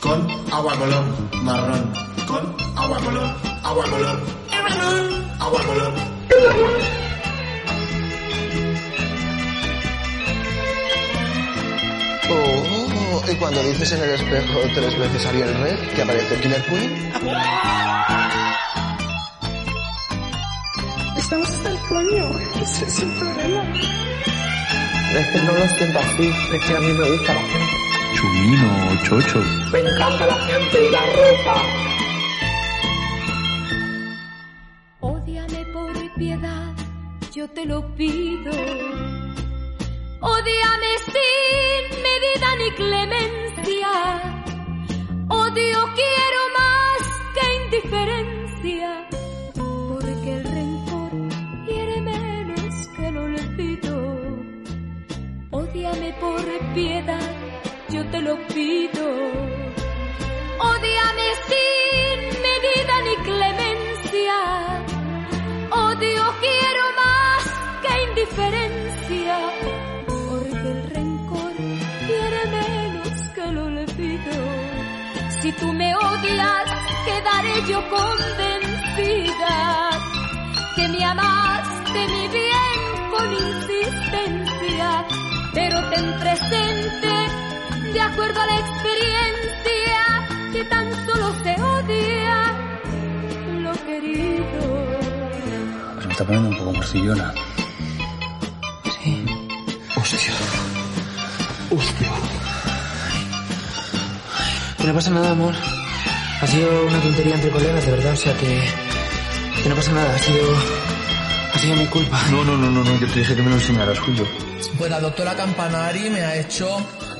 con agua color marrón, con agua color, agua color, agua color. Oh, y cuando dices en el espejo tres veces Ariel Red, que aparece Killer Queen. Estamos hasta el coño. Ese es el problema. Es que no lo siento así, es que a mí me gusta la gente. Chumino, Chocho. Me encanta la gente y la ropa. Ódiame por piedad, yo te lo pido. Ódiame sin medida ni clemencia. Odio quiero más que indiferencia. Porque el rencor quiere menos que el olvido. Ódiame por piedad, yo te lo pido. Ódiame sin medida ni clemencia. Odio quiero más que indiferencia, porque el rencor quiere menos que lo olvido. Si tú me odias, quedaré yo convencida que me amaste mi bien con insistencia, pero ten presente, de acuerdo a la experiencia, que tan solo se odia lo querido. Se Pues me está poniendo un poco morcillona. Hostia. Hostia. Que Pues no pasa nada, amor. Ha sido una tontería entre colegas, de verdad, o sea que. Que no pasa nada, ha sido. Ha sido mi culpa. No, no, no, no, no, yo te dije que me lo enseñaras, Julio. Pues la doctora Campanari me ha hecho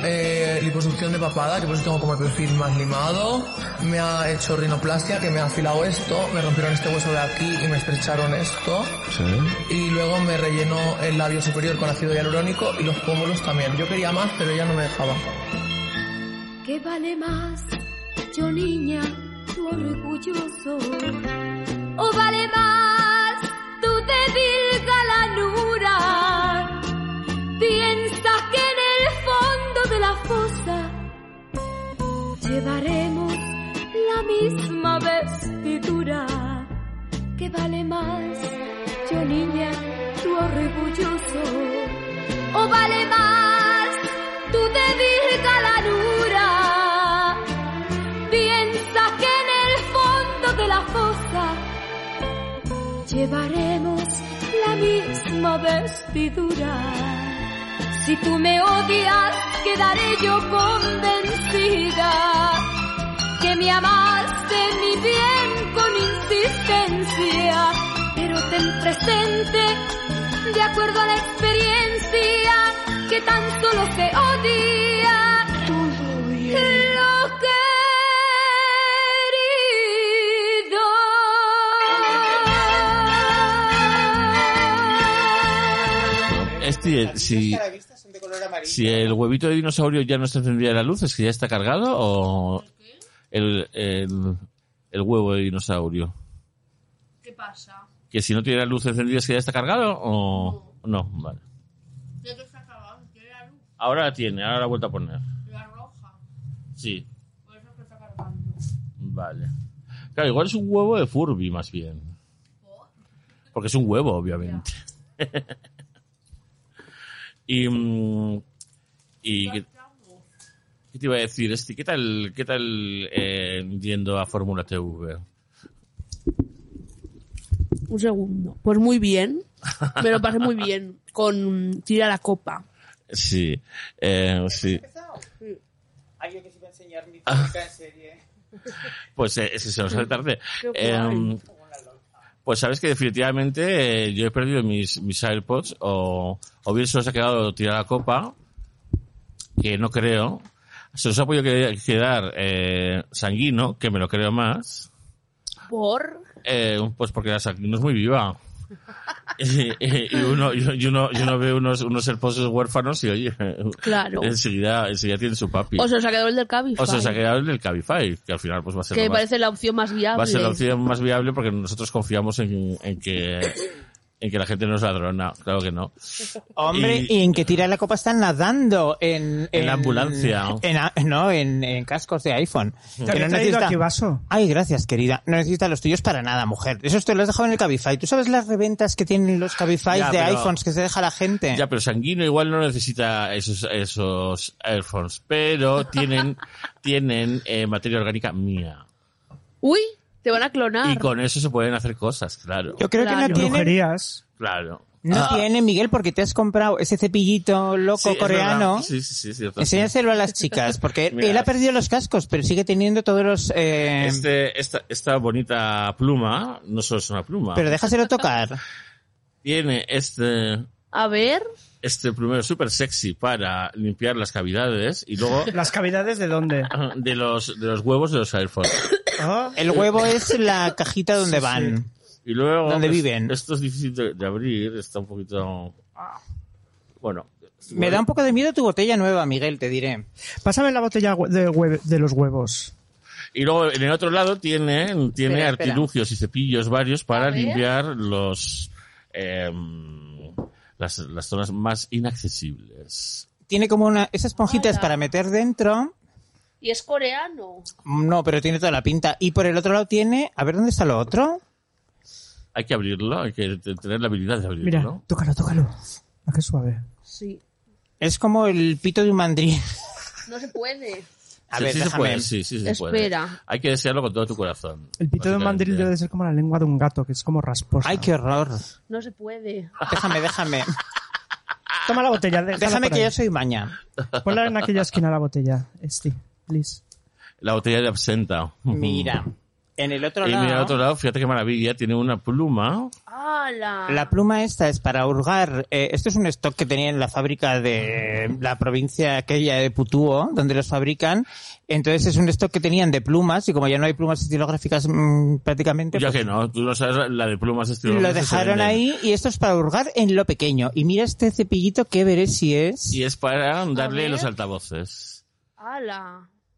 eh, liposucción de papada, que por eso tengo como el perfil más limado. Me ha hecho rinoplastia, que me ha afilado esto. Me rompieron este hueso de aquí y me estrecharon esto. Sí. Y luego me rellenó el labio superior con ácido hialurónico y los pómulos también. Yo quería más, pero ella no me dejaba. ¿Qué vale más, yo niña, tu orgulloso? ¿O vale más tu débil galanura? Piensa que en el fondo de la fosa llevaremos la misma vestidura. ¿Qué vale más, yo niña, tu orgulloso? o vale más tu débil galanura. Piensa que en el fondo de la fosa llevaremos la misma vestidura. Si tú me odias, quedaré yo convencida que me amaste mi bien con insistencia, pero ten presente, de acuerdo a la experiencia, que tan solo se odia lo querido. Este, si, si el huevito de dinosaurio ya no se encendía la luz, ¿es que ya está cargado o el, el, el huevo de dinosaurio? ¿Qué pasa? Que si no tiene la luz encendida, ¿es que ya está cargado o no? Vale. Ya que está acabado, tiene la luz, Ahora la tiene, ahora la vuelta a poner. la roja. Sí, Por eso es que está cargando. vale. Claro, igual es un huevo de Furby más bien. Porque es un huevo, obviamente. y. mm, y ¿qué, qué te iba a decir, Esti? ¿Qué tal, qué tal eh, yendo a Fórmula TV? Un segundo. Pues muy bien. Me lo pasé muy bien. Con tira la copa. Sí, eh, sí. Alguien que se va a enseñar mi técnica en serie. Pues eh, es que se nos hace tarde. Qué Em, pues sabes que definitivamente eh, yo he perdido mis, mis AirPods o, o bien se nos ha quedado tirar la copa, que no creo. Se os ha podido que- quedar eh, sanguino, que me lo creo más, Por. eh, pues porque la sanguino es muy viva. y, y- y uno, y, uno, y uno ve unos, unos esposos huérfanos y oye, Claro. enseguida, enseguida tiene su papi. O se os ha quedado el del Cabify. O se os ha quedado en el Cabify, que al final pues va a ser que lo más parece la opción más viable. va a ser la opción más viable porque nosotros confiamos en, en que en que la gente no es ladrona, claro que no. Hombre, Y- ¿y en qué tira la copa están nadando? En, En la ambulancia. en a- no, en, en cascos de iPhone. Te he Que no Ah, traído necesita- aquí vaso. Ay, gracias, querida. No necesitas los tuyos para nada, mujer. Esos te los has dejado en el Cabify. ¿Tú sabes las reventas que tienen los Cabify Ya, de pero- iPhones que se deja la gente? Ya, pero Sanguino igual no necesita esos esos earphones, pero tienen tienen eh, materia orgánica mía Uy, te van a y clonar. con eso se pueden hacer cosas, claro, Yo creo que Claro. no tiene... Brujerías. claro. No Ah, tiene, Miguel, porque te has comprado ese cepillito sí, loco es coreano. verdad. Sí, sí, sí, es cierto. Enséñaselo a las chicas, porque Mira. él ha perdido los cascos, pero sigue teniendo todos los... eh, Este, esta, esta bonita pluma, no solo es una pluma, Pero déjaselo tocar. tiene este, A ver. este plumero súper sexy para limpiar las cavidades y luego ¿Las cavidades de dónde? de los, de los huevos de los Airforce. Ah, El huevo es la cajita donde Sí, van. Y luego. ¿Dónde es- viven? Esto es difícil de, de abrir, está un poquito. ah, Bueno. Me da un poco de miedo tu botella nueva, Miguel, te diré. Pásame la botella hue- de, hue- de los huevos. Y luego en el otro lado tiene, tiene Espera, espera. artilugios y cepillos varios A para ver. limpiar los. em, las, las zonas más inaccesibles. Tiene como una... Esas esponjitas Hola. para meter dentro. Y es coreano. No, pero tiene toda la pinta. Y por el otro lado tiene... A ver, ¿dónde está lo otro? Hay que abrirlo, hay que te- tener la habilidad de abrirlo. Mira, tócalo, tócalo. Ah, qué suave. Sí. Es como el pito de un mandrín. No se puede. A Sí, ver, sí se déjame. puede, sí, sí se puede. Espera. Hay que desearlo con todo tu corazón. El pito de un mandril debe de ser como la lengua de un gato, que es como rasposa. Ay, qué horror. No se puede. Déjame, déjame. Toma la botella. déjala Déjame por que ahí. yo soy maña. Ponla en aquella esquina la botella. Esti, please. La botella de absenta. Mira. En el otro Y lado... mira al otro lado, fíjate qué maravilla, tiene una pluma. ¡Hala! La pluma esta es para hurgar. eh, esto es un stock que tenía en la fábrica de la provincia aquella de Putúo, donde los fabrican. Entonces es un stock que tenían de plumas y como ya no hay plumas estilográficas mm, prácticamente, Ya pues, que no, tú no sabes la de plumas estilográficas lo que se dejaron venden. ahí y esto es para hurgar en lo pequeño. Y mira este cepillito que veré si es. Y es para darle ver. los altavoces. ¡Hala!